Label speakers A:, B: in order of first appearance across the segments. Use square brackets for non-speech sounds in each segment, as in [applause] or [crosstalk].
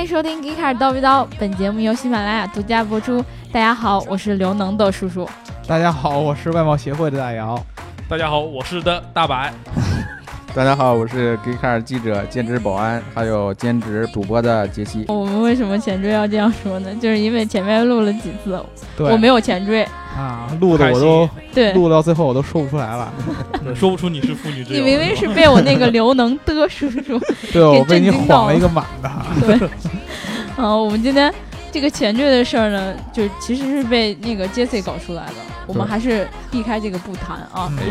A: 迎收听《g 卡 i 叨逼叨》，本节目由喜马拉雅独家播出。大家好，我是刘能的叔叔。
B: 大家好，我是外贸协会的大姚。
C: 大家好，我是的大白。
D: 大家好，我是 g e e k a r 记者、兼职保安，还有兼职主播的杰西。
A: 我们为什么前缀要这样说呢？就是因为前面录了几次，
B: 对，
A: 我没有前缀。
B: 啊，录的我都
A: 对，
B: 录到最后我都说不
A: [laughs]
B: 出来了。
C: 说不出你是妇女之
A: 你
C: 友。
A: 明明是被我那个刘能的叔叔。
B: 对，我被你
A: 震惊到
B: 晃了一个满的。
A: 对，啊，我们今天这个前缀的事儿呢，就其实是被那个 Jesse 搞出来的。我们
D: 对
A: 还是避开这个不谈啊。
B: 嗯
D: 对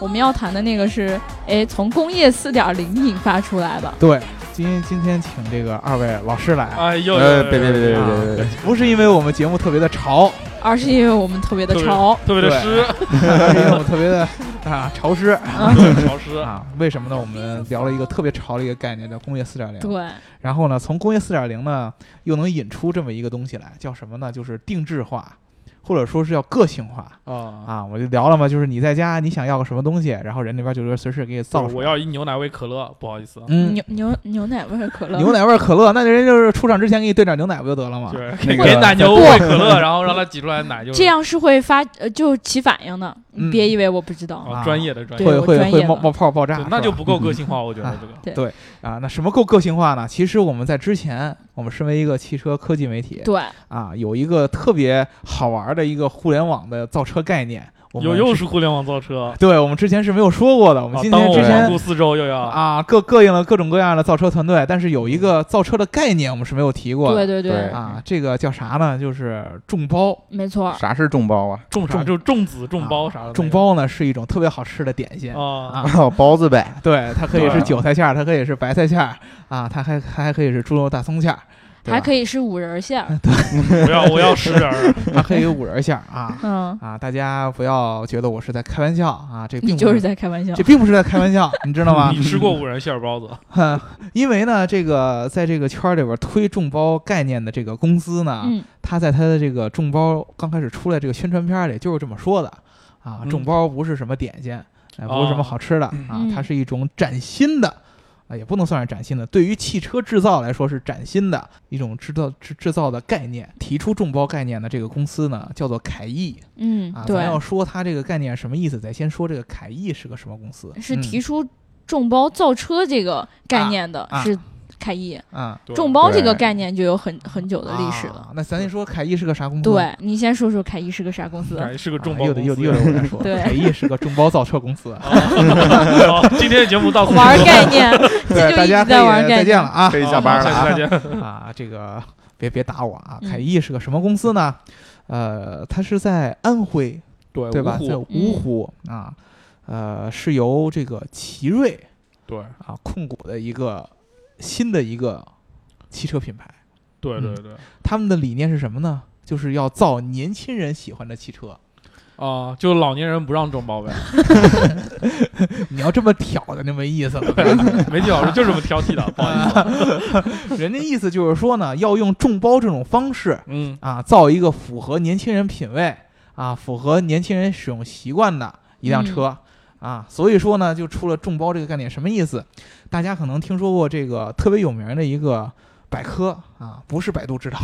A: 我们要谈的那个是，哎，从工业四点零引发出来的。
B: 对，今今天请这个二位老师来，
A: 啊
C: 哎呦，
D: 呃，别别别别
B: 啊
D: 别别，
B: 不是因为我们节目特别的潮， [laughs]
A: 而是因为我们特别的
C: 特别
A: 潮，
C: 特别的湿，
B: 而是因为我们特别的啊潮湿
C: 对潮湿。
B: 啊。为什么呢？我们聊了一个特别潮的一个概念，叫工业四点零。
A: 对，
B: 然后呢，从工业四点零呢，又能引出这么一个东西来，叫什么呢？就是定制化，或者说是叫个性化。
C: 啊，
B: 啊，我就聊了嘛，就是你在家你想要个什么东西，然后人那边就说随时给你造出来。
C: 我要一牛奶味可乐，不好意思，
B: 嗯，
A: 牛牛牛奶味儿可乐，
B: 牛奶味儿可乐，那人就是出厂之前给你兑点牛奶不就得了吗
C: 就？是
D: 那
C: 给
D: 个
C: 给奶牛喂可乐，然后让它挤出来奶就
A: 这样是会发呃就起反应的。你
B: 嗯
A: 别以为我不知道，
C: 啊，专业的专业
A: 对
B: 会
A: 我
B: 会
A: 专
B: 会
A: 业
B: 冒
A: 了
B: 冒泡爆炸
C: 对，
B: 是
C: 那就
B: 吧
C: 不够个性化，我觉得
B: 啊
C: 这个。
B: 啊。那什么够个性化呢？其实我们在之前，我们身为一个汽车科技媒体
A: 对，
B: 啊，有一个特别好玩的一个互联网的造车概念，我
C: 又
B: 们
C: 又
B: 是
C: 是互联网造车，
B: 对我们之前是没有说过的。我们
C: 啊
B: 今
C: 当
B: 天
C: 我
B: 之
C: 环
B: 前
C: 顾四周又要
B: 啊，各各应了各种各样的造车团队，但是有一个造车的概念我们是没有提过的
A: 对对
D: 对
B: 啊，这个叫啥呢？就是众包。
A: 没错，
D: 啥是众包啊？
C: 种啥
B: 种
C: 就是种子、种包
B: 啊
C: 啥的那个。
B: 种包呢是一种特别好吃的点心，
C: 啊
B: 啊，
D: 包子呗。
B: [laughs] 对，它可以是
D: 对
B: 韭菜馅儿，它可以是白菜馅儿，啊，它还它还可以是猪肉大葱馅儿，对吧
A: 还可以是五仁儿馅儿，
B: [laughs]
C: 我要我要十人儿，
B: 它可以有五仁馅儿啊
A: 嗯，
B: 啊！大家不要觉得我是在开玩笑啊，这
A: 你
B: 并不
A: 就是在开玩笑
B: 这，并不是在开玩笑， [laughs] 你知道吗
C: 你？吃过五仁馅儿包子？
B: 哼，因为呢，这个在这个圈儿里边推众包概念的这个公司呢，
A: 嗯，
B: 他在他的这个众包刚开始出来这个宣传片儿里就是这么说的啊，
C: 嗯哦
B: 众包不是什么点心，哎，不是什么好吃的、啊
A: 嗯，
B: 它是一种崭新的，啊，也不能算是崭新的，对于汽车制造来说是崭新的一种制造制制造的概念。提出众包概念的这个公司呢，叫做凯翼
A: 嗯
B: 啊，，咱
A: 对
B: 要，说它这个概念什么意思，咱先说这个凯翼是个什么公司，
A: 是
B: 嗯
A: 提出众包造车这个概念的，
B: 啊
A: 是凯翼。
B: 啊。
C: 对
A: 众包这个
D: 对
A: 概念就有很很久的历史了。
B: 啊那咱先说凯翼是个啥公司？
A: 对你先说说凯翼是个啥公司？
C: 哎是个
B: 啊
C: 众包
B: 又得
C: 公
B: 又
C: 司
B: 得又得我来说，
A: 对
B: 凯翼是个众包造车公
A: [laughs]
B: 司。
C: 啊 [laughs] 好今天的节目到此结束
A: 玩儿概念，
B: [laughs] 对，大
A: 这就一
B: 家
A: 直
B: 可
A: 在玩
B: 以
A: 概
B: 再
A: 念。
B: 见了啊
D: 可以下班了
C: 好
D: 啊
C: 哦下期再见。
B: 啊！这个别别打我啊！
A: 嗯
B: 凯翼是个什么公司呢？呃，它是在安徽
C: 对
B: 对
C: 芜
B: 吧，
C: 呃湖
B: 在芜湖啊，呃，是由这个奇瑞
C: 对
B: 啊控股的一个新的一个汽车品牌。
C: 对对对
B: 他们的理念是什么呢？就是要造年轻人喜欢的汽车。
C: 啊，就老年人不让种包呗， [laughs]
B: 你要这么挑的，那没意思 [laughs] 了。
C: 媒体老师就这么挑剔的，不好意思。
B: [laughs] 人家意思就是说呢，要用众包这种方式
C: 嗯，
B: 啊，造一个符合年轻人品味啊，符合年轻人使用习惯的一
A: 嗯
B: 辆车、啊。所以说呢，就出了众包这个概念，什么意思？大家可能听说过这个特别有名的一个百科啊，不是百度知道，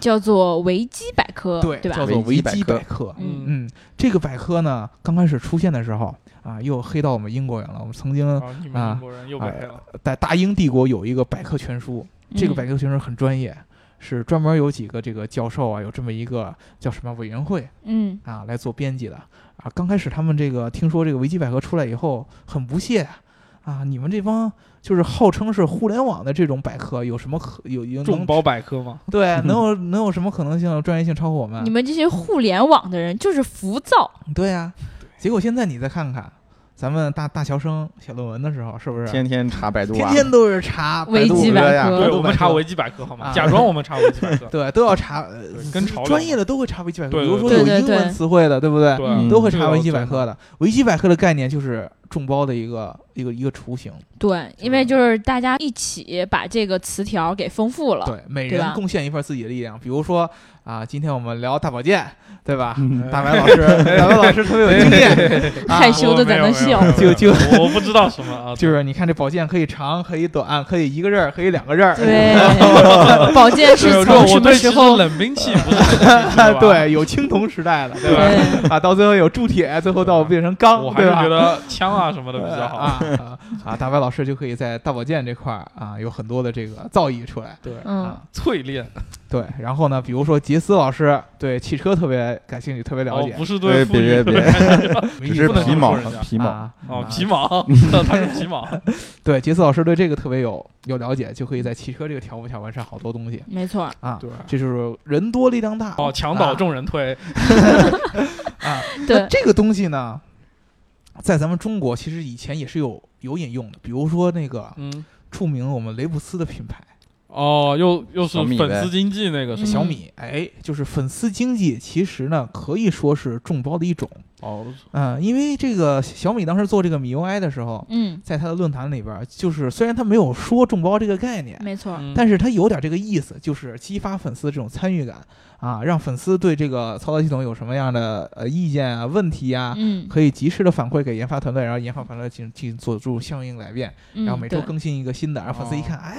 A: 叫做维基百科，哦对吧
B: 叫？做维
D: 维基百
B: 基
D: 科
B: 百科。
A: 嗯
B: 嗯，这个百科呢，刚开始出现的时候啊，又黑到我们英国人了。我们曾经
C: 啊，你们英国人又被黑了。
B: 在大英帝国有一个百科全书，这个百
A: 科，
B: 科全书很专业，是专门有几个这个教授啊，有这么一个叫什么委员会，
A: 嗯，
B: 啊来做编辑的啊。刚开始他们这个听说这个维基百科出来以后，很不屑啊，你们这帮就是号称是互联网的这种百科，有什么可有有
C: 众
B: 能
C: 包百科吗？ [laughs]
B: 对能有能有什么可能性专业性超过我们
A: 你？们这些互联网的人就是浮躁，
B: 对呀、结果现在你再看看。咱们大大学生写论文的时候，是不是
D: 天天查百度
B: 天
D: 啊？
B: 天都是查
A: 维
B: 百度
A: 基
D: 百
A: 百
D: 科
C: 对，
A: 科，
C: 我们查维基百科好吗？
B: 啊。
C: 假装我们查维基百科
B: [laughs] 对都要查，呃
C: 对跟潮流
B: 专业的都会查维基百科，
C: 对
B: 比如说
A: 对
B: 有
A: 对
B: 英
A: 对
B: 文词汇的，对不对？
C: 对，
A: 嗯
B: 都会查维基百科的。维基百科的概念就是众包的一个一个一个雏形。
A: 对，因为就是大家一起把这个词条给丰富了。
B: 对，每
A: 对吧
B: 人贡献一份自己的力量。比如说啊，今天我们聊大保健，对吧？
D: 嗯
B: 大
C: 哎
B: 白老师，大白老
C: [laughs]
B: 师特别有经验，啊
A: [laughs] 害羞的在那笑
B: 就就
C: 啊我我不知道什么啊，
B: 就是你看这保健可以长，可以短，可以一个刃儿，可以两个刃儿。 [laughs]
A: 对，保健是
C: 对
A: 从
C: 我
A: 什么
C: 对
A: 时
C: 其实
A: 候？
C: 冷兵器不是很清楚啊吧，
B: [laughs] 对，有青铜时代的，对吧？
A: 对。
B: 啊，到最后有铸铁，最后到变成
C: 我
B: 钢，
C: 还
B: 对
C: 是
B: 吧
C: 觉？得枪啊什么的比较好。
B: 啊啊啊！大白老师就可以在大保健这块儿啊，有很多的这个造诣出来。
C: 对，
A: 嗯
B: 啊，
C: 淬炼
B: 对，然后呢，比如说杰斯老师对汽车特别感兴趣，特别了
C: 哦
B: 解，，
C: 不是
D: 哎
C: 对妇
D: 别
C: 女
D: 别别只是
B: 不能
D: 皮
C: 说
D: 毛
C: 人家，
D: 皮毛，
B: 啊
C: 哦，
B: 啊
C: 皮毛，他是皮毛，
B: 对，杰斯老师对这个特别有有了解，就可以在汽车这个条目上完善好多东西
A: 没错，
B: 啊。
C: 对，
B: 这就是人多力量大
C: 哦，墙倒
B: 啊
C: 众人推，
B: 啊。 [laughs]
A: 对，
B: 这个东西呢，在咱们中国其实以前也是有有引用的，比如说那个
C: 嗯，
B: 著名我们雷布斯的品牌
C: 哦，又又是
D: 小米呗
C: 粉丝经济那个是
A: 嗯
C: 吧
B: 小米，哎，就是粉丝经济，其实呢可以说是众包的一种，
C: 哦，
B: 嗯，因为这个小米当时做这个米 UI 的时候，
A: 嗯，
B: 在他的论坛里边儿，就是虽然他没有说众包这个概念，
A: 没
C: 嗯
A: 错，
B: 但是它有点这个意思，就是激发粉丝这种参与感啊，让粉丝对这个操作系统有什么样的呃意见啊、问题啊，
A: 嗯，
B: 可以及时的反馈给研发团队，然后研发团队进进行做出相应改变，
A: 嗯
B: 然后每周
A: 对哦
B: 更新一个新的，然后粉丝一看，哎，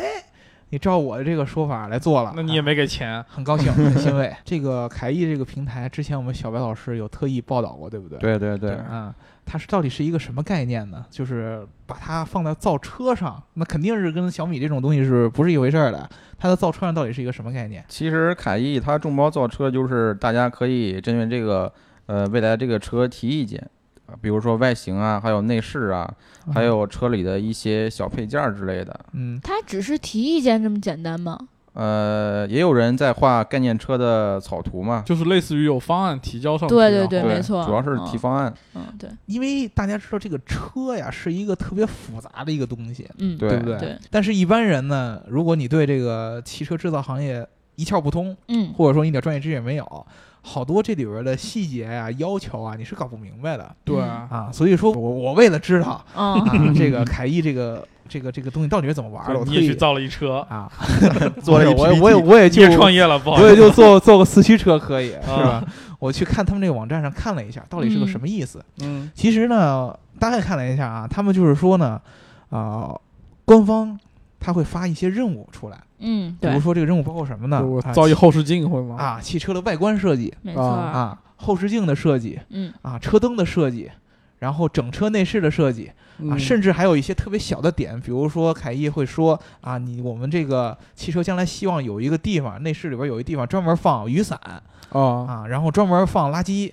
B: 你照我的这个说法来做了，
C: 那你也
B: 啊
C: 没给钱，
B: 很高兴，很欣慰。这个凯翼这个平台，之前我们小白老师有特意报道过，对不对？
D: 对对对，
B: 啊、它是到底是一个什么概念呢？就是把它放到造车上，那肯定是跟小米这种东西是不是一回事儿的？它的造车上到底是一个什么概念？
D: 其实凯翼它众包造车，就是大家可以针对这个呃未来这个车提意见，啊比如说外形啊，还有内饰啊，还有车里的一些小配件儿之类的。
B: 嗯，
A: 他只是提意见这么简单吗？
D: 呃，也有人在画概念车的草图嘛，
C: 就是类似于有方案提交上去，
A: 对对
C: 然后
A: 对没错
D: 主要是
A: 嗯
D: 提方案。
A: 嗯，对，
B: 因为大家知道这个车呀是一个特别复杂的一个东西，
A: 嗯，
D: 对
B: 不对？
A: 对
B: 但是一般人呢，如果你对这个汽车制造行业一窍不通， [laughs]
A: 嗯，
B: 或者说你一点专业知识也没有，好多这里边的细节啊、要求啊，你是搞不明白的
C: 对
A: 嗯
B: 啊。所以说我我为了知道
A: 嗯，
B: 啊，这个凯翼这个这个这个东西到底是怎么玩的，
C: 对
B: 我特
C: 你也去
B: 意
C: 造了一车，
B: [laughs]
D: [laughs]
B: 啊，
D: 做了一
B: 我也
D: PPT
B: 我也我也
C: 你
B: 就
C: 也创业了，不好意啊
B: 我
C: 思，
B: 也就做做个四驱车可以是吧？ [laughs] 我去看他们这个网站上看了一下，到底是个什么意思？
C: 嗯，
B: 其实呢，大概看了一下啊，他们就是说呢，啊、官方他会发一些任务出来，
A: 嗯，
B: 比如
A: 对，
B: 说这个任务包括什么呢？
C: 我
B: 啊
C: 造一
B: 汽
C: 后视镜会吗？
B: 啊，汽车的外观设计
A: 没错，
C: 啊
B: 啊，后视镜的设计
A: 嗯，
B: 啊，车灯的设计。然后整车内饰的设计啊，
C: 嗯
B: 甚至还有一些特别小的点，比如说凯翼会说啊，你我们这个汽车将来希望有一个地方，内饰里边有一个地方专门放雨伞
C: 啊，
B: 啊，然后专门放垃圾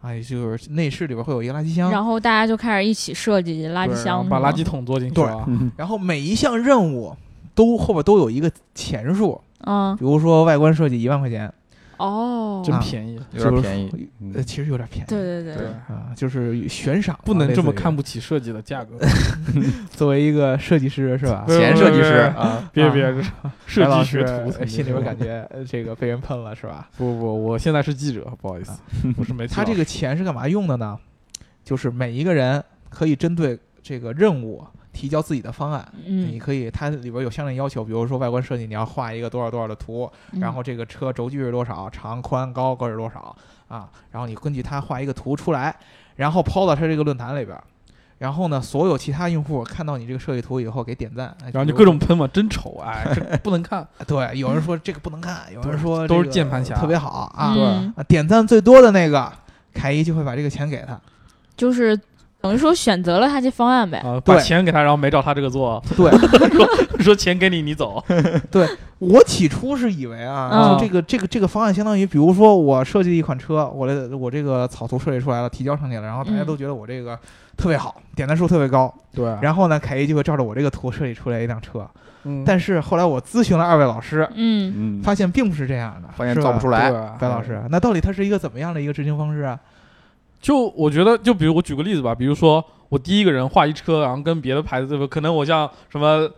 B: 啊，也就是内饰里边会有一个垃圾箱，
A: 然后大家就开始一起设计垃圾
C: 对然后
A: 箱，
C: 把垃
A: 是
C: 圾
A: 吗
C: 桶做进去
B: 对
C: 啊，
B: 然后每一项任务都后边都有一个钱数，
A: 嗯，
B: 比如说外观设计一万块钱，
A: 哦，
C: 真
B: 啊
C: 便宜，
D: 有点
B: 就是
D: 便宜，
B: 呃，
D: 嗯
B: 其实有点便宜。
A: 对对
D: 对
B: 啊，就是悬赏嘛，啊
C: 不能这么看
B: 不。
C: 不起设计的价格，
B: 作为一个设计师是吧？
C: 对
D: 前设计师
C: 对对
D: 啊，
C: [laughs] 别
B: 啊
C: 别，设
B: 白老
C: 计
B: 师
C: 学徒，
B: 呃 [laughs] 心里边感觉呃这个被人喷了是吧？
C: 不不，我现在是记者，不好意思，我是媒体老
B: 他
C: 师。
B: 这个钱是干嘛用的呢？就是每一个人可以针对这个任务提交自己的方案。你
A: 嗯，
B: 可以，它里边有相应要求，比如说外观设计，你要画一个多少多少的图，
A: 嗯
B: 然后这个车轴距是多少，长、宽、高各是多少啊？然后你根据它画一个图出来，然后抛到它这个论坛里边儿，然后呢，所有其他用户看到你这个设计图以后给点赞，哎
C: 然后就
B: 比如
C: 各种喷嘛，真丑，哎，这不能看。
B: 对，有人说这个不能看，有人说
C: 都是
B: 这个
C: 键盘侠
B: 特别好啊
C: 对
A: 嗯
B: 啊，点赞最多的那个，凯伊就会把这个钱
C: [laughs]
B: 给他。
A: 就是等于说选择了他这方案呗，
C: 啊，把
B: 对
C: 钱给他，然后没照他这个做，
B: 对
C: [laughs] 说钱给你，你走。
B: 我起初是以为啊，
A: 嗯
B: 就这个这个这个方案相当于，比如说我设计一款车，我的我这个草图设计出来了，提交上去了，然后大家
A: 嗯
B: 都觉得我这个特别好，点赞数特别高，
C: 对，
B: 然后呢，凯伊就会照着我这个图设计出来一辆车。
C: 嗯
B: 但是后来我咨询了二位老师，
A: 嗯，
D: 嗯，
B: 发现并不是这样的，
D: 发现
B: 是吧
D: 造不出来，
C: 啊
D: 嗯
B: 白老师，那到底它是一个怎么样的一个执行方式啊？
C: 就我觉得，就比如我举个例子吧，比如说我第一个人画一车，然后跟别的牌子对吧？可能我像什么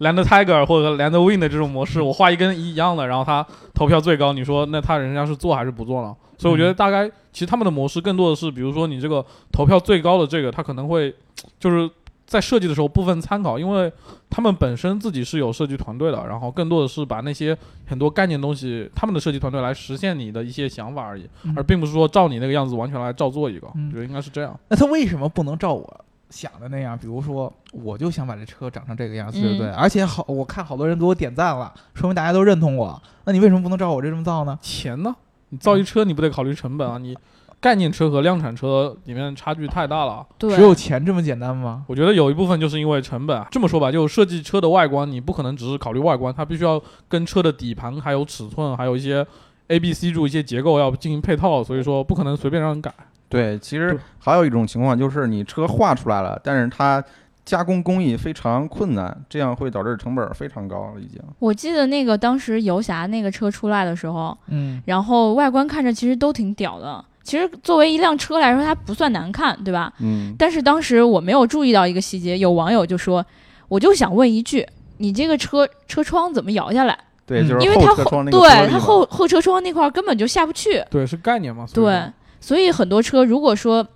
C: Land Tiger 或者 Land Win 的这种模式，我画一跟一样的，然后他投票最高，你说那他人家是做还是不做呢？所以我觉得大概其实他们的模式更多的是，比如说你这个投票最高的这个，他可能会就是在设计的时候部分参考，因为他们本身自己是有设计团队的，然后更多的是把那些很多概念东西，他们的设计团队来实现你的一些想法而已，
B: 嗯
C: 而并不是说照你那个样子完全来照做一个，
B: 嗯
C: 我觉得应该是这样。
B: 那他为什么不能照我想的那样？比如说，我就想把这车长成这个样子，对不对？
A: 嗯
B: 而且好，我看好多人给我点赞了，说明大家都认同我。那你为什么不能照我这么造呢？
C: 钱呢？你造一车你不得考虑成本啊？ [laughs] 你概念车和量产车里面差距太大了。啊
A: 对，
B: 只有钱这么简单吗？
C: 我觉得有一部分就是因为成本啊。这么说吧，就设计车的外观，你不可能只是考虑外观，它必须要跟车的底盘、还有尺寸、还有一些 A、B、C 柱一些结构要进行配套，所以说不可能随便让人改。
D: 对，其实
C: 对
D: 还有一种情况就是你车画出来了，但是它加工工艺非常困难，这样会导致成本非常高了已经。
A: 我记得那个当时游侠那个车出来的时候，
B: 嗯，
A: 然后外观看着其实都挺屌的。其实作为一辆车来说，它不算难看，对吧？
D: 嗯，
A: 但是当时我没有注意到一个细节，有网友就说，我就想问一句，你这个车车窗怎么摇下来？
D: 对，
B: 嗯
D: 就
A: 因
D: 是
A: 为它
D: 后车
A: 后
D: 窗那个玻
A: 对
D: 璃
A: 它
D: 嘛
A: 后后车窗那块儿根本就下不去。
C: 对，是概念嘛？所以说
A: 对，，所以很多车如果说。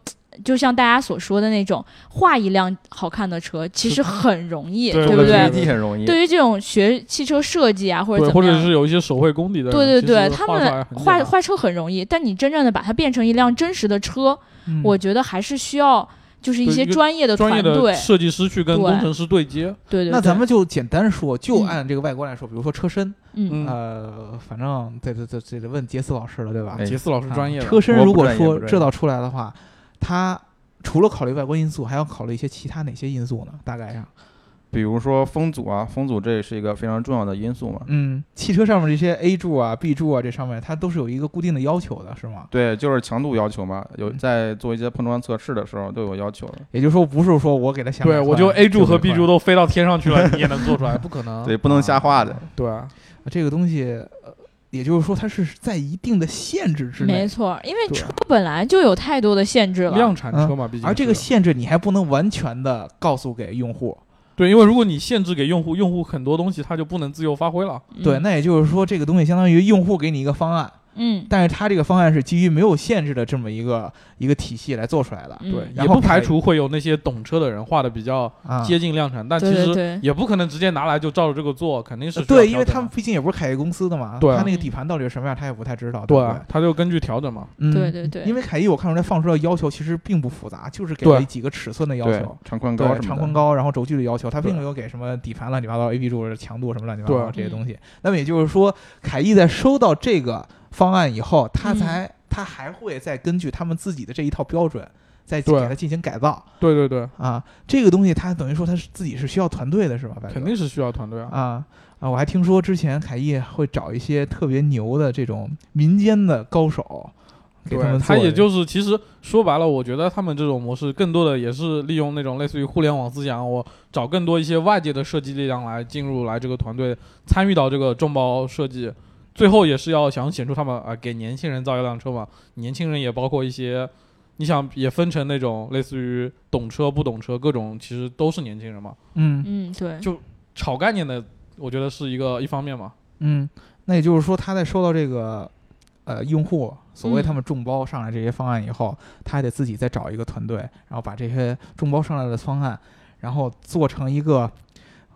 A: 就像大家所说的那种，画一辆好看的车其实很容易，
C: 对
A: 对不
D: 做个
C: 我觉
A: 对
C: 得？
D: PPT 很容易。
A: 对于这种学汽车设计啊，或者
C: 对，
A: 怎
C: 或
A: 么
C: 者
A: 样，
C: 是有一些手绘功底的人，
A: 对对
C: 其
A: 对，
C: 实
A: 他
C: 画出
A: 们
C: 来很简
A: 画
C: 单
A: 画车很容易，但你真正的把它变成一辆真实的车，
B: 嗯
A: 我觉得还是需要就是一
C: 对
A: 些
C: 一个
A: 专业的
C: 专
A: 团
C: 业
A: 队，
C: 的设计师去跟
A: 对
C: 工程师对接，
A: 对对对。
B: 那咱们就简单说，就
A: 嗯
B: 按这个外观来说，比如说车身，
A: 嗯，
C: 嗯
B: 呃，反正这这这这得问杰斯老师了，对吧？
D: 哎
C: 杰斯老
A: 嗯
C: 师
B: 啊
C: 专业的。
B: 车身
D: 我不
B: 如果
D: 专业不
B: 说
D: 专业
B: 制造出来的话，它除了考虑外观因素，还要考虑一些其他哪些因素呢？大概上，
D: 比如说风阻啊，风阻这也是一个非常重要的因素嘛。
B: 嗯，汽车上面这些 A 柱啊、B 柱啊，这上面它都是有一个固定的要求的，是吗？
D: 对，就是强度要求嘛，有
B: 嗯
D: 在做一些碰撞测试的时候都有要求的。
B: 也就是说，不是说我给它想
C: 对，
B: 两
C: 我
B: 块
C: 就 A 柱
B: 就
C: 和
B: 得
C: B
B: 换
C: 柱都飞到天上去了，你也能做出来？不可能。
D: 对，不能瞎画的。
B: [laughs]
C: 对啊，
B: 这个东西，呃，也就是说它是在一定的限制之
A: 没
B: 内，
A: 错，因为
B: 对
A: 车本来就有太多的限制了。
C: 量产车嘛，毕竟是。
B: 而啊这个限制你还不能完全的告诉给用户。
C: 对，因为如果你限制给用户，用户很多东西他就不能自由发挥了。
A: 嗯
B: 对，那也就是说，这个东西相当于用户给你一个方案，
A: 嗯，
B: 但是它这个方案是基于没有限制的这么一个一个体系来做出来的
A: 嗯
C: 对，
B: 然
C: 也
B: 后
C: 不
B: 可以
C: 排除会有那些懂车的人画的比较
B: 啊。
C: 接近量产，但
A: 对
C: 其
A: 对
C: 实
A: 对
C: 也不可能直接拿来就照着这个做，肯定是
B: 呃
C: 需要
B: 对，因为
C: 调整
B: 他们
C: 的
B: 毕竟也不是凯越公司的嘛，
C: 对
B: 他那个底盘到底是什么样，他也不太知道。对不
C: 对，啊他就根据调整嘛。
B: 嗯，
A: 对对对
B: 因为凯翼我看出来放出来的要求其实并不复杂，就是给
C: 对
B: 了几个尺寸的要
D: 对
B: 求，，
D: 长宽
B: 对
D: 高什么的。
B: 长宽高，然后轴距的要求，它并
C: 对
B: 没有给什么底盘乱七八糟、A B 柱强度什么乱七八糟
C: 对
B: 这些
A: 嗯
B: 东西。那么也就是说，凯翼在收到这个方案以后，他
A: 嗯
B: 才他还会再根据他们自己的这一套标准。再给
C: 对
B: 它进行改造
C: 对对对，
B: 啊，这个东西它等于说它是自己是需要团队的，是吧？白哥
C: 肯定是需要团队啊。
B: 啊啊！我还听说之前凯翼会找一些特别牛的这种民间的高手，给他
C: 对，
B: 们
C: 他
B: 做
C: 也
B: 这
C: 就是其实说白了，我觉得他们这种模式更多的也是利用那种类似于互联网思想，我找更多一些外界的设计力量来进入来这个团队，参与到这个众包设计，最后也是要想显出他们啊、给年轻人造一辆车嘛，年轻人也包括一些。你想也分成那种类似于懂车不懂车各种，其实都是年轻人嘛。
B: 嗯
A: 嗯对，
C: 就炒概念的，我觉得是一个一方面嘛。
B: 嗯，那也就是说，他在收到这个呃用户所谓
A: 嗯
B: 他们众包上来这些方案以后，他还得自己再找一个团队，然后把这些众包上来的方案，然后做成一个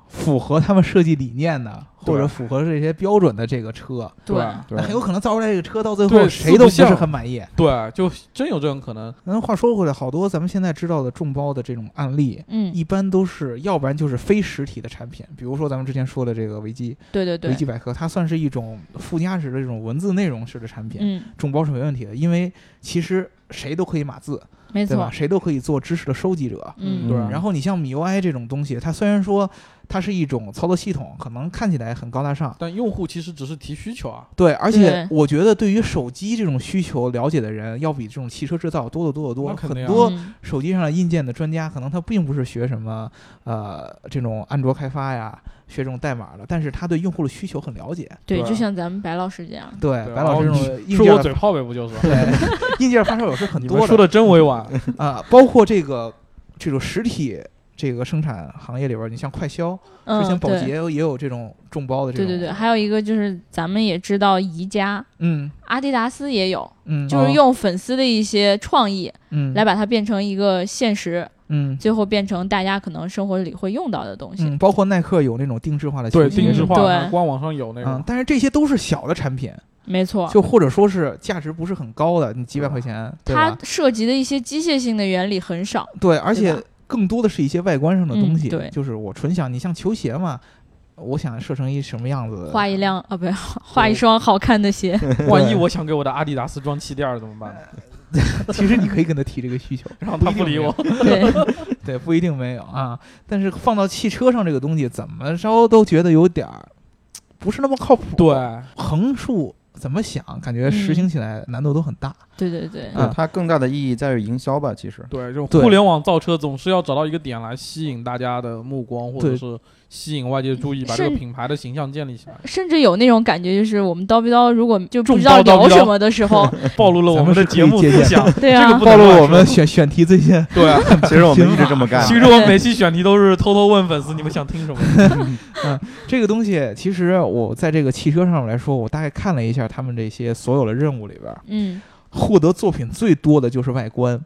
B: 符合他们设计理念
D: [laughs]
B: 的，或者
D: 对
B: 符合这些标准的这个车。
A: 对
C: 吧
D: 对
B: 那很有可能造出来这个车到最后
C: 对
B: 谁都不是
C: 四不像
B: 很满意。
C: 对，啊就真有这种可能。
B: 那话说回来，好多咱们现在知道的众包的这种案例。
A: 嗯
B: 一般都是，要不然就是非实体的产品，比如说咱们之前说的这个维基，
A: 对对对
B: 维，基百科，它算是一种附加值的这种文字内容式的产品，
A: 嗯
B: 众包是没问题的，因为其实谁都可以码字，
A: 没
B: 对吧？
A: 错，
B: 谁都可以做知识的收集者。
A: 嗯
D: 对
B: 然后你像 MIUI 这种东西，它虽然说它是一种操作系统，可能看起来很高大上，
C: 但用户其实只是提需求啊。
B: 对，而且
A: 对
B: 我觉得对于手机这种需求了解的人，要比这种汽车制造多得多得多。
C: 那肯
B: 很
C: 定啊
B: 多
A: 嗯
B: 手机上的硬件的专家，可能他并不是学什么呃这种安卓开发呀，学这种代码的，但是他对用户的需求很了解。
A: 对，
C: 对
A: 就像咱们白老师这样，
B: 对，
C: 对
B: 白老师
C: 然后
B: 这种硬
C: 说
B: 件
C: 我
B: 儿
C: 嘴炮呗，不就是？
B: 对，硬件发烧友是很
C: 你
B: 多 [laughs]
C: 们说的真委婉。
B: 啊、包括这个这种实体这个生产行业里边儿，你像快消，
A: 嗯，
B: 之前宝
A: 对
B: 洁也有也有这种众包的这
A: 对
B: 种，
A: 对对，还有一个就是咱们也知道宜家、
B: 嗯
A: 阿迪达斯也有，
B: 嗯，
A: 就
B: 哦
A: 是用粉丝的一些创意
B: 嗯
A: 来把它变成一个现实，
B: 嗯
A: 最后变成大家可能生活里会用到的东西。
B: 嗯，包括耐克有那种定制化的
C: 对，
B: 球鞋
C: 定制化，
A: 嗯
C: 那
A: 对
C: 官网上有那
B: 嗯
C: 种，，
B: 但是这些都是小的产品，
A: 没错，
B: 就或者说是价值不是很高的，你几百块钱，对
A: 它
B: 吧？
A: 涉及的一些机械性的原理很少。
B: 对，而
A: 对吧
B: 且更多的是一些外观上的东西，
A: 嗯对
B: 就是我纯想，你像球鞋嘛，我想设成一什么样子，
A: 画一辆啊，不是画一双好看的
B: [laughs]
A: 鞋，
B: 嗯
C: 万一我想给我的阿迪达斯装气垫儿怎么办？
B: [laughs] 其实你可以跟他提这个需求，
C: 然后他不理我，
A: 对，
B: 对，不一定没有啊，但是放到汽车上这个东西，怎么着都觉得有点儿不是那么靠谱，
C: [laughs] 对，
B: 横竖怎么想，感觉实行起来难度都很大。
A: 对对对，
B: 嗯
D: 它更大的意义在于营销吧，其实。
C: 对，就
B: 对
C: 互联网造车总是要找到一个点来吸引大家的目光，或者
B: 对
C: 是吸引外界注意，把这
A: 甚
C: 个品牌的形象建
B: [laughs]
C: 立起来，
A: 甚至有那种感觉，就是我们叨逼叨，如果就不
C: 重
A: 知道
C: 叨叨
A: 聊
C: 逼叨
A: 什么的时
B: [laughs]
A: 候，
C: 暴露了我们的节目
B: 咱们是可以
C: 思
B: 借鉴
C: 想。
A: [laughs] 对
C: 这
A: 啊
C: 个不，
B: 暴
C: 能
B: 露
C: 乱
B: 我
C: [laughs]
B: 们
C: 说
B: 选选题最近
D: 对 [laughs] 啊，其实我们一直这么干。
C: 其实我每期选题都是偷偷问粉丝你们想听什么，
B: 这个东西，其实我在这个汽车上面来说，我大概看了一下他们这些所有的任务里边，
A: 嗯，
B: 获得作品最多的就是外观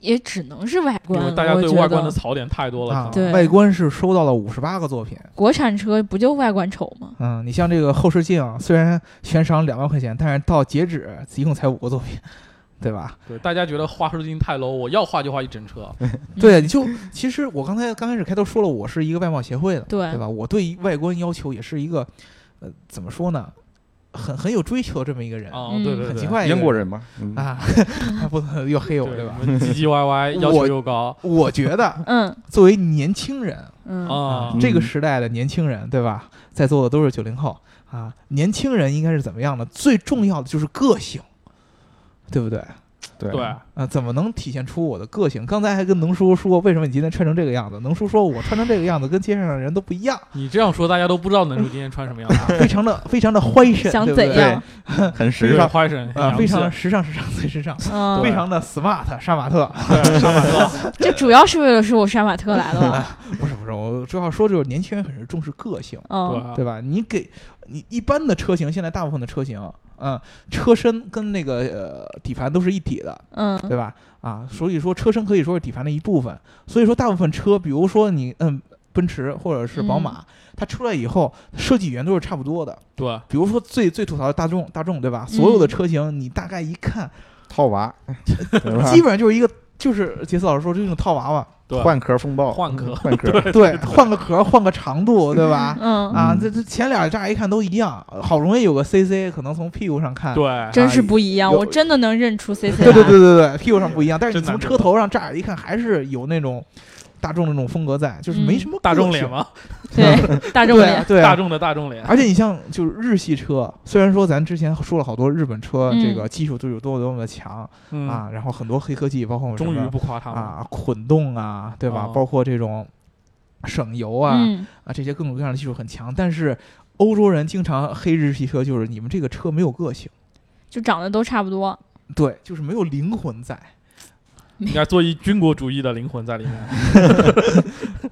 A: 也只能是外
C: 因为
A: 观。
C: 大家
A: 我
C: 对
A: 觉
C: 外
A: 得
C: 观的槽点太多了。
B: 啊
C: 可能
A: 对，
B: 外观是收到了五十八个作品。
A: 国产车不就外观丑吗？
B: 嗯，你像这个后视镜啊，虽然悬赏两万块钱，但是到截止一共才五个作品， [laughs] 对吧？
C: 对，大家觉得画出镜太 low，我要画就画一整车。啊
B: 对，你就其实我刚才刚开始开头说了，我是一个外貌协会的，
A: 对
B: 对吧？我对外观要求也是一个，呃，怎么说呢，很很有追求的这么一个人，
C: 啊，
A: 嗯
C: 对对对，
B: 很奇怪，
D: [laughs] 英国人嘛，嗯，
B: 啊， [laughs] 不能又黑我，对
C: 对
B: 吧？？
C: 唧唧
B: [laughs]
C: 歪歪，要求
B: 我
C: 又高
B: 我觉得
A: 嗯
B: 作为年轻人
A: 嗯，
C: 啊
B: 这个时代的年轻人，对吧？在座的都是九零后啊，年轻人应该是怎么样的？最重要的就是个性，对不对？
D: 对
C: 对，
B: 啊，怎么能体现出我的个性？刚才还跟能叔说，为什么你今天穿成这个样子？能叔说我穿成这个样子跟街上的人都不一样，
C: 你这样说，大家都不知道能叔今天穿什么样啊
B: [laughs]
C: 了。
B: 非常的非常的欢神，
A: 想
B: 对不
A: 怎
B: 对
A: 样？
D: 很时尚。
C: 花神
B: 啊，非常的时尚，时尚最时尚，
A: 嗯，
C: 啊
B: 非常的 smart，杀马特。
A: 这主要是为了说我杀马特来了吧。
B: 不是不是，我主要说就是年轻人很是重视个性，
A: 嗯，
C: 对
B: 对吧？你给你一般的车型，现在大部分的车型，嗯，车身跟那个呃底盘都是一体的，
A: 嗯，
B: 对吧？啊，所以说车身可以说是底盘的一部分。所以说大部分车，比如说你嗯奔驰或者是宝马，它出来以后设计语言都是差不多的。
C: 对，
B: 比如说最最吐槽的大众，大众对吧？所有的
A: 嗯
B: 车型你大概一看，
D: 套娃，对吧
B: [laughs] 基本上就是一个就是杰斯老师说这种套娃娃，
C: 对
D: 换壳风
C: [laughs]
D: 暴，
B: 嗯
C: 换壳
D: 换壳，
B: 对，换个壳，换个长度，对吧？
A: 嗯，
B: 啊，
D: 嗯
B: 这这前脸乍一看都一样，好容易有个 CC，可能从屁股上看，
C: 对，
A: 真是不一样，
B: 有
A: 我真的能认出 C C
B: 对对
A: 来。
B: 对对对，屁股上不一样，但是你
C: 真难
B: 从
C: 得
B: 车头上乍一看还是有那种大众的那种风格在，就是没什么
C: 大
B: 个
C: 众脸
B: 性
C: 嘛，
A: [laughs] 对，大众
B: 对啊
A: 脸，
B: 对啊
C: 大众的大众脸，
B: 而且你像就是日系车，虽然说咱之前说了好多日本车
A: 嗯
B: 这个技术都有多么多么的强、
C: 嗯，
B: 啊，然后很多黑科技，包括我们什
C: 终于
B: 么
C: 不夸他们了。
B: 啊混动啊，对吧？
C: 哦
B: 包括这种省油啊、
A: 嗯，
B: 啊这些各种各样的技术很强，但是欧洲人经常黑日系车，就是你们这个车没有个性，
A: 就长得都差不多。
B: 对，就是没有灵魂在。
C: 应该做一军国主义的灵魂在里面。
B: [laughs]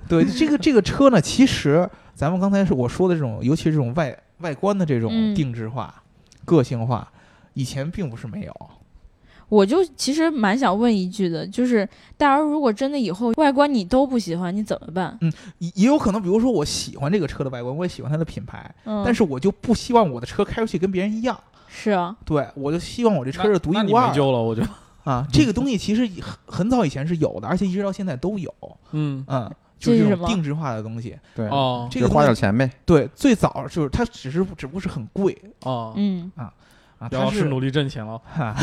B: 对这个这个车呢，其实咱们刚才是我说的这种，尤其是这种外外观的这种
A: 嗯
B: 定制化、个性化，以前并不是没有。
A: 我就其实蛮想问一句的，就是大家如果真的以后外观你都不喜欢，你怎么办？
B: 也也有可能，比如说我喜欢这个车的外观，我也喜欢它的品牌，
A: 嗯，
B: 但是我就不希望我的车开出去跟别人一样。
A: 是啊，
B: 对，我就希望我这车
C: 那
B: 是独
C: 那
B: 一
C: 你
B: 无二
C: 没
B: 的
C: 救嗯了，我觉得。
B: 啊。 [laughs] 这个东西其实也很很早以前是有的，而且一直到现在都有。
C: 嗯，
B: 嗯，
A: 这
B: 就是是这
A: 什么
B: 种定制化的东西。
D: 对，
C: 哦
B: 这
D: 就
B: 个
D: 花
B: 东
D: 点
B: 西
D: 钱呗。
B: 对，最早就是它只是只不过是很贵
C: 哦，
A: 嗯
B: 啊，
C: 姚老
B: 它
C: 师
B: 是
C: 努力挣钱了。
B: 哈，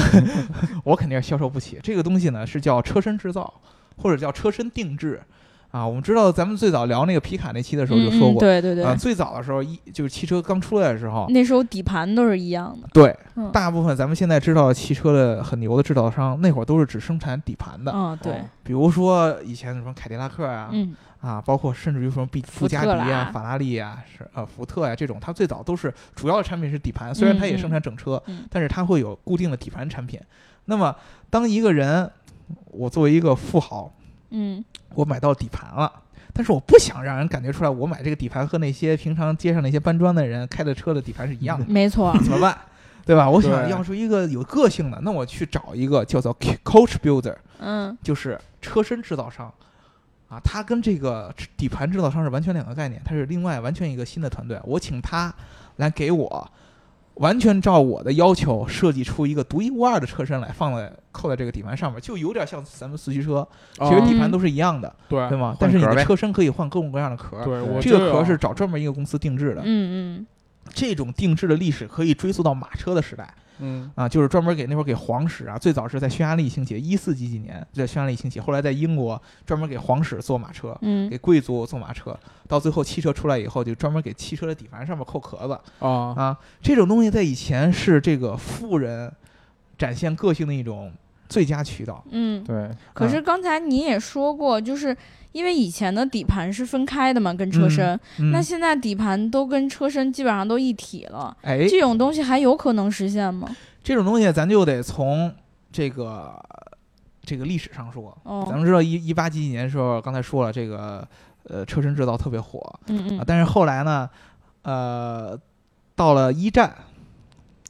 B: 我肯定是销售不起。这个东西呢是叫车身制造，或者叫车身定制啊。我们知道咱们最早聊那个皮卡那期的时候就
A: 嗯
B: 说
A: 嗯，
B: 过。
A: 对对对嗯
B: 啊，，最早的时候，一就是汽车刚出来的时候，
A: 那时候底盘都是一样的。
B: 对，
A: 嗯
B: 大部分咱们现在知道汽车的很牛的制造商，那会儿都是只生产底盘的，
A: 嗯，对，
B: 比如说以前什么凯迪拉克哦啊，
A: 嗯
B: 啊，包括甚至于什么比
A: 福
B: 布加
A: 特
B: 迪
A: 啦
B: 啊、法拉利啊、是呃福特呀、这种，它最早都是主要的产品是底盘，虽然它也生产整车，
A: 嗯嗯嗯
B: 但是它会有固定的底盘产品。那么当一个人，我作为一个富豪，
A: 嗯
B: 我买到底盘了，但是我不想让人感觉出来我买这个底盘和那些平常街上那些搬砖的人开的车的底盘是一样的，
A: 没
B: [laughs]
A: 错，
B: 怎么办？对吧？我想
C: 对
B: 要出一个有个性的，那我去找一个叫做 Coach Builder，
A: 嗯
B: 就是车身制造商。啊，他跟这个底盘制造商是完全两个概念，他是另外完全一个新的团队。我请他来给我，完全照我的要求设计出一个独一无二的车身来，放在扣在这个底盘上面，就有点像咱们四驱车，
C: 哦
B: 其实
A: 你
B: 底盘
A: 嗯
B: 都是一样的，
C: 对
B: 对吗
D: 换？
B: 但是你
D: 壳
B: 的
D: 呗
B: 车身可以换各种各样的壳儿，
C: 对，我
B: 这个
C: 就
B: 壳
C: 要
B: 是找专门一个公司定制的。
A: 嗯
B: 这种定制的历史可以追溯到马车的时代
C: 嗯
B: 啊，就是专门给那会儿给皇室啊，最早是在匈牙利兴起，一四几几年在匈牙利兴起，后来在英国专门给皇室做马车。
A: 嗯
B: 给贵族做马车，到最后汽车出来以后，就专门给汽车的底盘上面扣壳子
C: 啊
B: 啊。这种东西在以前是这个富人展现个性的一种最佳渠道。
A: 嗯嗯。
D: 对，
A: 可是刚才你也说过，就是因为以前的底盘是分开的嘛，跟车身，
B: 嗯
A: 那现在底盘都跟车身基本上都一体了，
B: 哎，
A: 这种东西还有可能实现吗？
B: 这种东西咱就得从这个这个历史上说。咱
A: 哦，
B: 们知道一一八几几年的时候，刚才说了这个呃车身制造特别火
A: 嗯
B: 啊
A: 嗯，
B: 但是后来呢，呃，到了一战。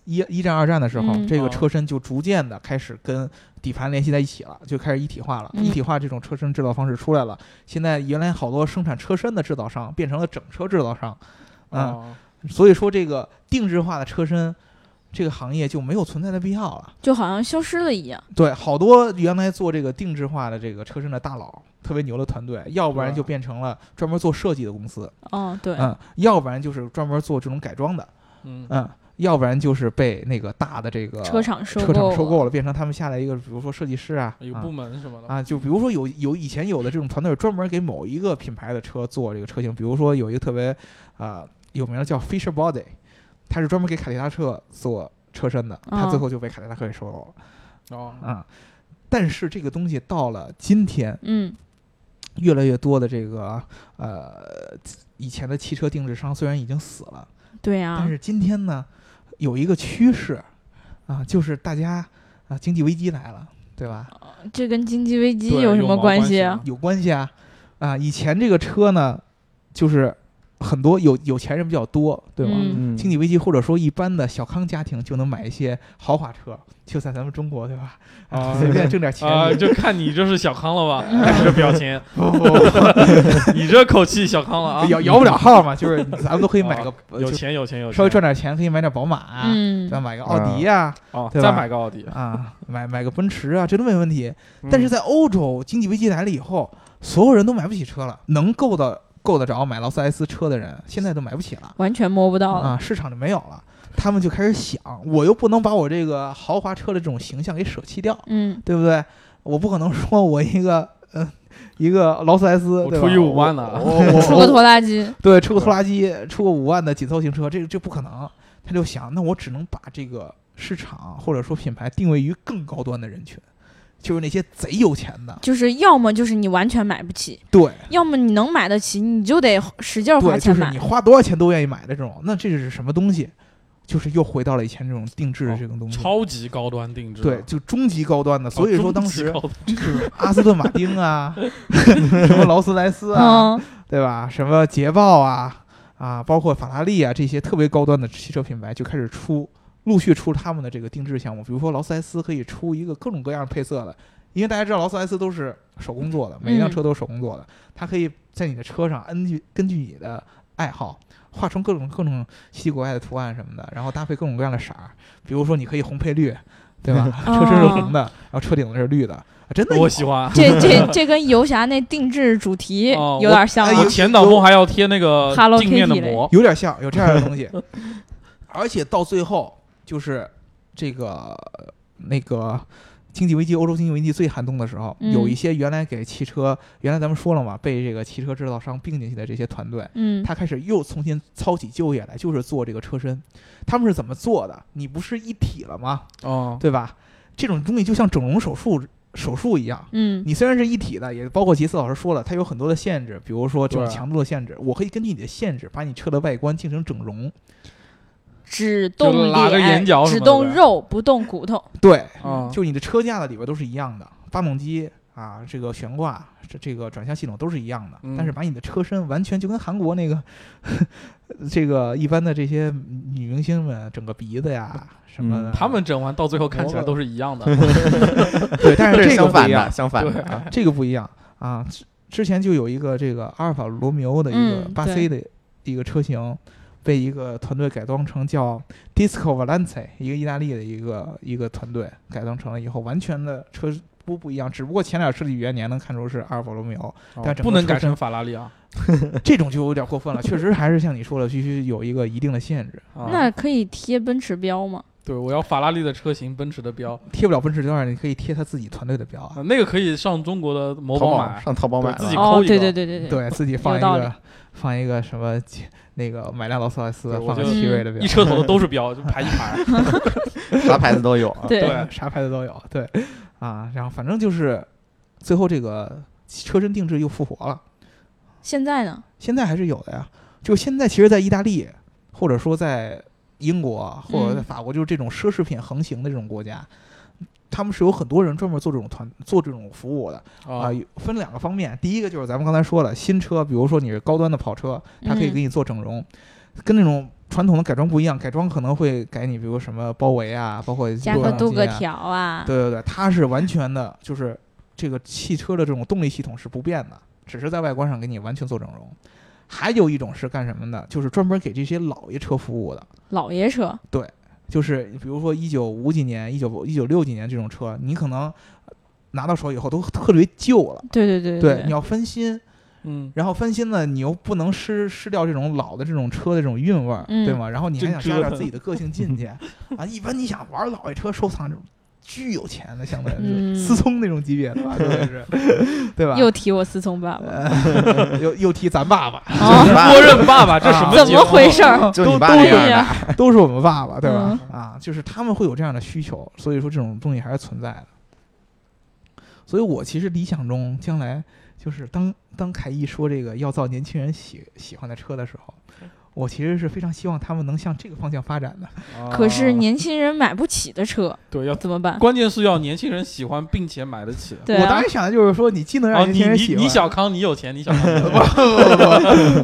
B: 一一战、二战的时候，
A: 嗯
B: 这个
C: 哦
B: 车身就逐渐的开始跟底盘联系在一起了，就开始一体化了。
A: 嗯
B: 一体化这种车身制造方式出来了，现在原来好多生产车身的制造商变成了整车制造商，嗯，
C: 啊
B: 所以说这个定制化的车身这个行业就没有存在的必要了。
A: 就好像消失了一样。
B: 对，好多原来做这个定制化的这个车身的大佬，特别牛的团队，要不然
C: 对
B: 就变成了专门做设计的公司，
A: 哦，对，
B: 嗯，要不然就是专门做这种改装的，
C: 嗯
B: 嗯，要不然就是被那个大的这个
A: 车厂收
B: 车厂
A: 购
B: 收
A: 了
B: 购了，变成他们下来一个，比如说设计师啊，
C: 有
B: 啊
C: 部门什么的
B: 啊，就比如说有有以前有的这种团队专门给某一个品牌的车做这个车型，比如说有一个特别啊、呃有名的叫 Fisher Body，它是专门给凯迪拉克做车身的，它最
A: 哦
B: 后就被凯迪拉克给收购了。
C: 哦
B: 啊。但是这个东西到了今天，
A: 嗯
B: 越来越多的这个呃以前的汽车定制商虽然已经死了，
A: 对
C: 啊
A: 呀、
B: 但是今天呢，有一个趋势啊，就是大家啊经济危机来了，对吧？
C: 啊
A: 这跟经济危机
C: 对
A: 有什
C: 有
A: 么
C: 毛
A: 关
C: 关系
A: 啊
C: 啊？
B: 有关系啊啊！以前这个车呢，就是很多有有钱人比较多，啊对吧？
A: 嗯
D: 嗯，
B: 经济危机，或者说一般的小康家庭就能买一些豪华车，就在咱们中国，对吧？
C: 啊
B: [laughs] 随便挣点钱
C: 啊，
B: 也
C: 就看你这是小康了吧？看你这表情，
B: [laughs]
C: 你这口气小康了啊！
B: 摇摇不了号嘛，
C: [laughs]
B: 就是咱们都可以买个，呃
C: 啊
B: 就
C: 有钱有钱有钱，
B: 稍微赚点钱可以买点宝马啊，
A: 嗯
B: 对吧，买个奥迪呀
C: 啊，
B: 对吧
C: 再买个奥迪。嗯
B: 啊，买买个奔驰啊，这都没问题。
A: 嗯
B: 但是在欧洲经济危机来了以后，所有人都买不起车了，能够的够得着买劳斯莱斯车的人，现在都买不起了
A: 完全摸不到了。
B: 啊，市场就没有了。他们就开始想，我又不能把我这个豪华车的这种形象给舍弃掉，
A: 嗯
B: 对不对？我不可能说我一个 [laughs] 呃一个劳斯莱斯，
C: 我
B: 对
C: 出
B: 吧
C: 一五万呢
A: [laughs]
B: 我我我
A: 出个拖拉机， [laughs]
B: 对，出个拖拉机，出个五万的紧凑型车，这个这不可能。他就想，那我只能把这个市场或者说品牌定位于更高端的人群，就是那些贼有钱的。
A: 就是要么就是你完全买不起，
B: 对
A: 要么你能买得起，你就得使劲儿花
B: 对，就
A: 钱
B: 是
A: 买
B: 你。花多少钱都愿意买的这种。那这是什么东西？就是又回到了以前这种定制的这种东西。
C: 超级高端定制，啊
B: 对，，就终极高端的。所以说当时
C: 哦
B: [laughs] 就是阿斯顿马丁啊， [laughs] 什么劳斯莱斯啊， [laughs]
A: 嗯，
B: 对吧？什么捷豹啊啊，包括法拉利啊这些特别高端的汽车品牌就开始出，陆续出他们的这个定制项目。比如说劳斯莱斯可以出一个各种各样配色的，因为大家知道劳斯莱斯都是手工做的，每一辆
A: 嗯
B: 车都是手工做的，它可以在你的车上根据根据你的爱好。画出各种各种稀奇古怪的图案什么的，然后搭配各种各样的色儿，比如说你可以红配绿，对吧？车身是红的，然后车顶子是绿的，啊真的
C: 我
B: 有
C: 喜欢。
A: 这这这跟游侠那定制主题
C: 哦
A: 有点像
B: 哎
A: 了
C: 我。前挡风还要贴那个
A: Hello
C: 镜面的
A: Kitty 嘞
C: 膜，
B: 有点像，有这样的
A: [laughs]
B: 东西。而且到最后，就是这个那个经济危机，欧洲经济危机最寒冬的时候，
A: 嗯
B: 有一些原来给汽车，原来咱们说了嘛，被这个汽车制造商并进去的这些团队，
A: 嗯
B: 他开始又重新操起旧业来，就是做这个车身。他们是怎么做的？你不是一体了吗？
C: 哦，
B: 对吧？这种东西就像整容手术手术一样，
A: 嗯
B: 你虽然是一体的，也包括杰斯老师说了，它有很多的限制，比如说这种
C: 对
B: 强度的限制，我可以根据你的限制，把你车的外观进行整容。
A: 只动
C: 拉个眼角什
A: 只
C: 么的
A: 动
C: 呗
A: 肉不动骨头。
B: 对，
C: 啊，
B: 就你的车架子里边都是一样的，发动机啊，这个悬挂，这这个转向系统都是一样的，
C: 嗯
B: 但是把你的车身完全就跟韩国那个 [laughs] 这个一般的这些女明星们整个鼻子呀什么的，
C: 嗯他们整完到最后看起来都是
B: [laughs]
C: 一样的，啊
B: 对，但是
D: 这
B: 这
D: 是
B: 个
D: 相
B: 不
D: 反
B: 一
D: 的，
B: 样，
D: 相反
C: 对
D: 的
A: [laughs]
D: 啊，
B: 这个不一样啊。之之前就有一个这个阿尔法罗密欧的一个
A: 嗯
B: 八 C 的一个车型，被一个团队改装成叫 Disco Valence，一个意大利的一个一个团队改装成了以后，完全的车不不一样，只不过前脸设计语言你还能看出是阿尔法罗密欧，但整个
C: 哦不能
B: 车
C: 改
B: 身
C: 成法拉利啊。
B: 这种就有点过分了，确实还是像你说的，必须有一个一定的限制，
C: 啊
A: 那可以贴奔驰标吗？
C: 对我要法拉利的车型，奔驰的标，
B: 贴不了奔驰标上，你可以贴他自己团队的标啊
A: 嗯
C: 啊，那个可以上中国的某
D: 淘
C: 宝
D: 宝
C: 买，
D: 上淘宝买
C: 对自己
D: 了，
A: 哦
C: 抠，一
A: 对
C: 个
A: 对对对，
B: 对自己放一
A: 道
B: 个放一个什么那个买辆劳斯莱斯
C: 对，我
B: 放个
C: 就
B: 奇瑞的
A: 嗯
B: 标啊
C: 一，车头都是标，就排一排。
B: [laughs]
D: 啥牌子都有
A: [laughs]
D: 啊。
A: 对
B: 对， [laughs] 啥牌子都有，对，啊，然后反正就是最后这个车身定制又复活了，
A: 现在呢？
B: 现在还是有的呀。就现在，其实，在意大利或者说在英国或者在
A: 嗯
B: 法国，就是这种奢侈品横行的这种国家，他们是有很多人专门做这种团做这种服务的啊、
A: 哦
C: 啊，
B: 分两个方面，第一个就是咱们刚才说了，新车，比如说你是高端的跑车，它可以
A: 嗯
B: 给你做整容，跟那种。传统的改装不一样，改装可能会改你，比如什么包围啊，包括
A: 加
B: 多
A: 个
B: 囊
A: 镀
B: 机
A: 铬
B: 啊
A: 条啊，
B: 对对对，它是完全的，就是这个汽车的这种动力系统是不变的，只是在外观上给你完全做整容。还有一种是干什么的？就是专门给这些老爷车服务的，
A: 老爷车，
B: 就是比如说一九五几年、一九一九六几年这种车，你可能拿到手以后都特别旧了，
A: 对对对
B: 你要翻新，
C: 嗯，
B: 然后翻新呢，你又不能失失掉这种老的这种车的这种韵味儿，
A: 嗯
B: 对吗？然后你还
C: 真
B: 想加
C: 折
B: 点
C: 腾
B: 自己的个性进去 [laughs] 啊？一般你想玩老爷车收藏这种巨有钱的，相对是
A: 嗯
B: 思聪那种级别的吧，对
A: [laughs]
B: 是，对吧？
A: 又提我思聪爸爸，
B: 呃 [laughs] 又又提咱爸爸，
A: 哦，
D: 你爸
C: 默认爸爸，这
B: 啊
C: 什
A: 怎
C: 节目
A: 么回事
B: [laughs]
A: 儿？
D: 就你爸
A: 都
D: 这
A: 一
D: 样
A: 样
D: 的，
B: 都是我们爸爸，对吧？
A: 嗯
B: 啊，就是他们会有这样的需求，所以说这种东西还是存在的。所以我其实理想中将来就是当当凯毅说这个要造年轻人喜喜欢的车的时候，我其实是非常希望他们能向这个方向发展的。
C: 啊
A: 可是年轻人买不起的车
C: 对要，
A: 怎么办？
C: 关键是要年轻人喜欢并且买得起。
A: 对
B: 我当
A: 啊
B: 时，想的就是说，你既能
C: 哦，
B: 让年轻人
C: 你你
B: 喜欢，
C: 你
B: [laughs]
C: 小康，你有钱，你小康你有钱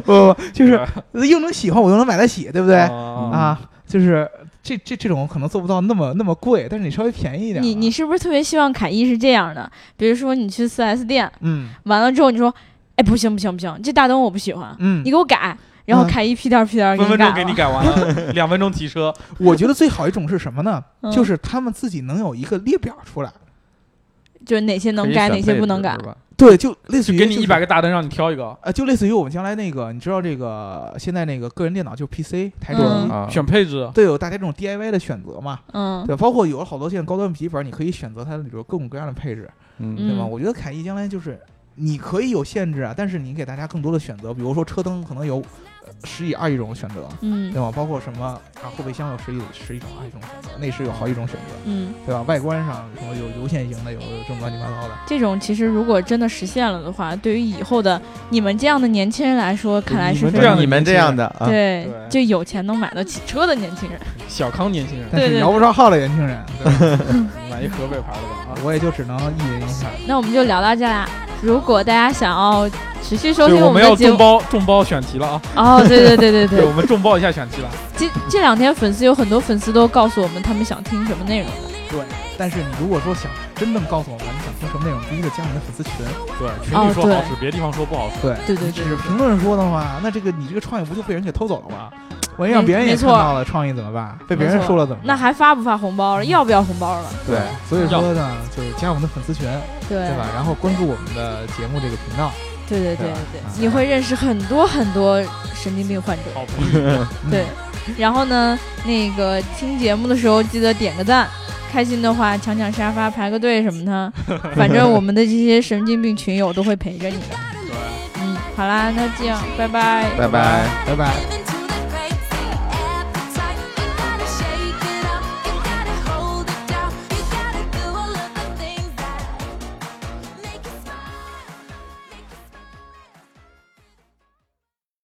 B: 不 [laughs] 不不，就是又能喜欢，我又能买得起，对不对？
C: 啊，
B: 啊，就是这这这种可能做不到那么那么贵，但是你稍微便宜一点啊吧，
A: 你你是不是特别希望凯翼是这样的？比如说你去 4S 店，
B: 嗯
A: 完了之后你说，哎，不行不行不行，这大灯我不喜欢，
B: 嗯
A: 你，给我改。然后
B: 嗯
A: 凯翼屁颠儿屁颠儿给
C: 分
A: 你
C: 分
A: 改
C: 钟
A: 了，
C: 给你改完
B: [laughs]
C: 了，两分钟提车。
B: 我觉得最好一种是什么呢？
A: 嗯
B: 就是他们自己能有一个列表出来，
A: 嗯就是哪些能
D: 可以
A: 改，
D: 选
A: 哪些不
D: 配置
A: 能改
D: 是。吧？
B: 对，就类似
C: 就
B: 于
C: 给你一
B: 个。
C: 百个大灯，让你挑一个，
B: 呃，就类似于我们将来那个，你知道这个现在那个个人电脑就是 PC 台式机，
A: 嗯
D: 啊，
C: 选配置。
B: 对，有大家这种 DIY 的选择嘛，
A: 嗯，
B: 对，包括有了好多现在高端笔记本，你可以选择它里边各种各样的配置，
D: 嗯
A: 嗯
B: 对吗？我觉得凯翼将来就是你可以有限制啊，但是你给大家更多的选择，比如说车灯可能有十几二十种选择，
A: 嗯
B: 对吧？包括什么啊，后备箱有十一十一种、二十种选择，内饰有好几种选择，
A: 嗯，
B: 对吧？外观上什么有流线型的，有有这么乱七八糟的，
A: 这种其实如果真的实现了的话，对于以后的你们这样的年轻人来说，看来是
C: 们
A: 非
C: 这
A: 常
C: 样的
D: 你们这样的啊，
A: 对
C: 对
A: 就有钱能买得起车的年轻人。
C: 小康年轻人
B: 但
A: 对
B: 是
A: 对
B: 摇不上号的年轻人，对吧
C: 买一河北牌的吧啊。
B: 我也就只能一人一下。
A: 那我们就聊到这啦。如果大家想要持续收
C: 对，
A: 听
C: 我们
A: 们
C: 要
A: 的节
C: 众
A: 目，
C: 包众包选题了啊！
A: 哦，对对对对
C: [laughs] 对，
A: 对
C: 我，们众包一下选题了。
A: 这这两天粉丝有很多粉丝都告诉我们他们想听什么内容。
B: 对，但是你如果说想真正告诉我们你想听什么内容，第一个加我们的粉丝群。
C: 对，群里
A: 哦
C: 说
A: 对
C: 好使，别地方说不好使。
B: 对
A: 对对对
B: 只是评论说的话，那这个你这个创意不就被人给偷走了吗？万一让
A: 没
B: 别人也
A: 没
B: 看
A: 错
B: 到了创意怎么办？被别人
A: 没错
B: 说了怎么办？
A: 那还发不发红包了？要不要红包了？
B: 对，所以
C: 要
B: 说呢，就是加我们的粉丝群，
A: 对
B: 对啊吧？然后关注我们的节目这个
A: [laughs]
B: 频道。
A: 对对对
B: 对吧
A: 对
B: 啊，
A: 你会认识很多很多神经病患者。
C: 好评语，
B: 嗯
A: 对，然后呢，那个听节目的时候记得点个赞，开心的话抢抢沙发排个队什么的，
B: [laughs]
A: 反正我们的这些神经病群友都会陪着你的。
B: 啊
C: 对。
A: 嗯，好啦，那这样，拜拜。
D: 拜拜。
B: 拜拜。